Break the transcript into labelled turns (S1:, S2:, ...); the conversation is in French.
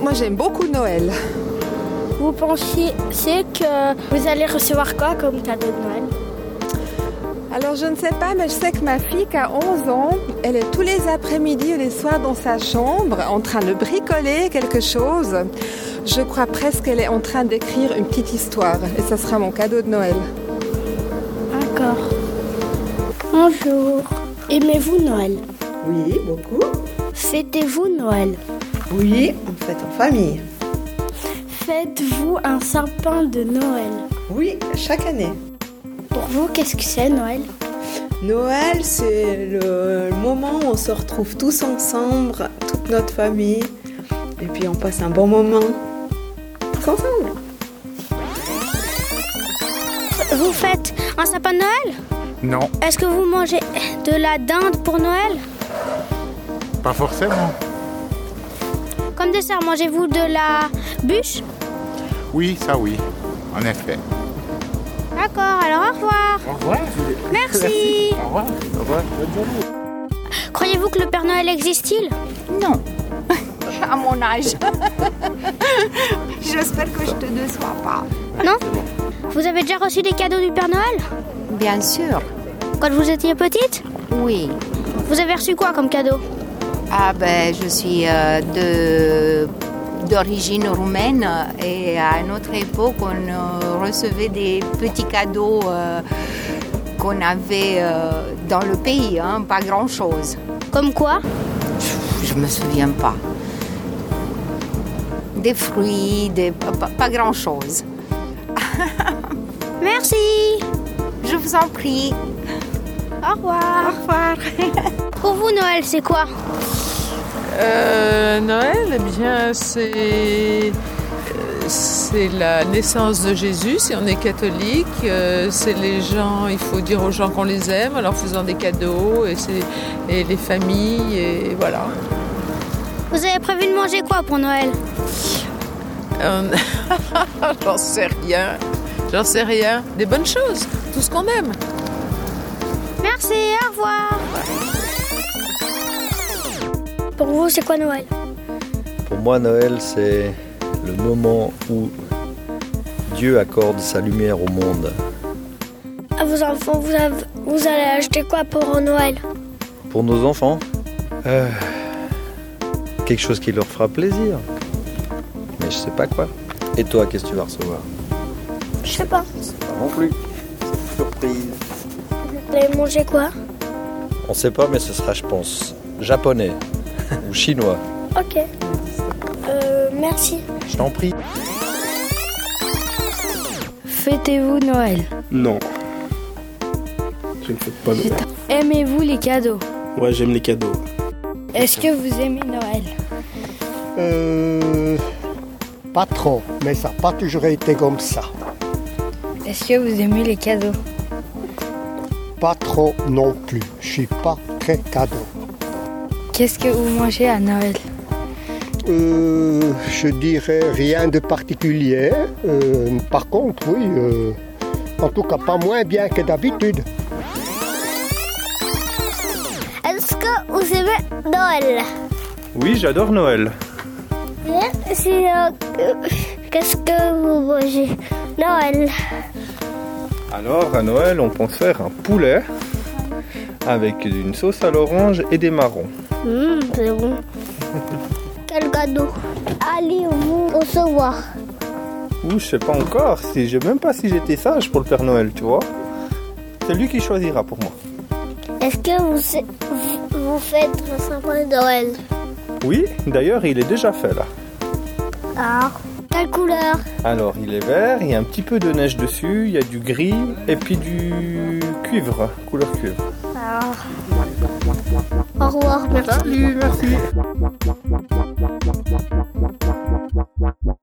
S1: moi j'aime beaucoup Noël.
S2: Vous pensez c'est que vous allez recevoir quoi comme cadeau de Noël
S1: Alors je ne sais pas, mais je sais que ma fille qui a 11 ans, elle est tous les après-midi ou les soirs dans sa chambre en train de bricoler quelque chose. Je crois presque qu'elle est en train d'écrire une petite histoire et ça sera mon cadeau de Noël.
S2: D'accord. Bonjour. Aimez-vous Noël
S3: Oui, beaucoup.
S2: Fêtez-vous Noël
S3: Oui, on fête en famille.
S2: Faites-vous un sapin de Noël
S3: Oui, chaque année.
S2: Pour vous, qu'est-ce que c'est Noël
S3: Noël, c'est le moment où on se retrouve tous ensemble, toute notre famille, et puis on passe un bon moment. Tous ensemble.
S2: Vous faites un sapin de Noël
S4: Non,
S2: Est-ce que vous mangez de la dinde pour Noël
S4: pas forcément.
S2: Comme dessert, mangez-vous de la bûche
S4: Oui, ça oui, en effet.
S2: D'accord, alors au revoir.
S4: Au revoir.
S2: Merci.
S4: Au revoir. Au revoir.
S2: Croyez-vous que le Père Noël existe-t-il
S5: Non, à mon âge. J'espère que je te déçois pas.
S2: Non Vous avez déjà reçu des cadeaux du Père Noël
S5: Bien sûr,
S2: quand vous étiez petite
S5: oui.
S2: Vous avez reçu quoi comme cadeau
S5: Ah ben, je suis euh, de d'origine roumaine euh, et à notre époque on euh, recevait des petits cadeaux euh, qu'on avait euh, dans le pays, hein, pas grand chose.
S2: Comme quoi
S5: Je me souviens pas. Des fruits, des, pas, pas grand chose.
S2: Merci
S5: Je vous en prie.
S2: Au revoir Au revoir Pour vous, Noël, c'est quoi
S6: Euh, Noël, eh bien, c'est. euh, C'est la naissance de Jésus, si on est catholique. euh, c'est les gens, il faut dire aux gens qu'on les aime en leur faisant des cadeaux et, c'est- et les familles, et voilà.
S2: Vous avez prévu de manger quoi pour Noël
S6: Euh, J'en sais rien, j'en sais rien. Des bonnes choses, tout ce qu'on aime.
S2: Merci, au revoir Pour vous, c'est quoi Noël
S7: Pour moi, Noël, c'est le moment où Dieu accorde sa lumière au monde.
S2: À vos enfants, vous, avez- vous allez acheter quoi pour Noël
S7: Pour nos enfants, euh, quelque chose qui leur fera plaisir. Mais je sais pas quoi. Et toi, qu'est-ce que tu vas recevoir
S2: Je sais pas.
S7: Pas non plus. Surprise.
S2: Vous allez manger quoi
S7: On sait pas, mais ce sera, je pense, japonais ou chinois.
S2: Ok. Euh, merci.
S7: Je t'en prie.
S8: Fêtez-vous Noël
S9: Non. Je ne fête pas Noël.
S8: Aimez-vous les cadeaux
S9: Ouais, j'aime les cadeaux.
S8: Est-ce que vous aimez Noël
S10: Euh, pas trop, mais ça n'a pas toujours été comme ça.
S8: Est-ce que vous aimez les cadeaux
S10: Pas trop non plus. Je suis pas très cadeau.
S8: Qu'est-ce que vous mangez à Noël
S10: Euh, je dirais rien de particulier. Euh, par contre, oui, euh, en tout cas pas moins bien que d'habitude.
S2: Est-ce que vous aimez Noël Hein
S11: Oui, j'adore Noël.
S2: euh, Qu'est-ce que vous mangez Noël.
S11: Alors, à Noël, on pense faire un poulet avec une sauce à l'orange et des marrons.
S2: Hum, c'est bon. Quel cadeau allez-vous recevoir
S11: Ou je sais pas encore, si je même pas si j'étais sage pour le Père Noël, tu vois. C'est lui qui choisira pour moi.
S2: Est-ce que vous, vous, vous faites un sapin de Noël
S11: Oui, d'ailleurs, il est déjà fait là.
S2: Ah. Quelle couleur
S11: Alors, il est vert, il y a un petit peu de neige dessus, il y a du gris et puis du cuivre, couleur cuivre.
S2: Ah. Au revoir, merci.
S11: Salut, merci.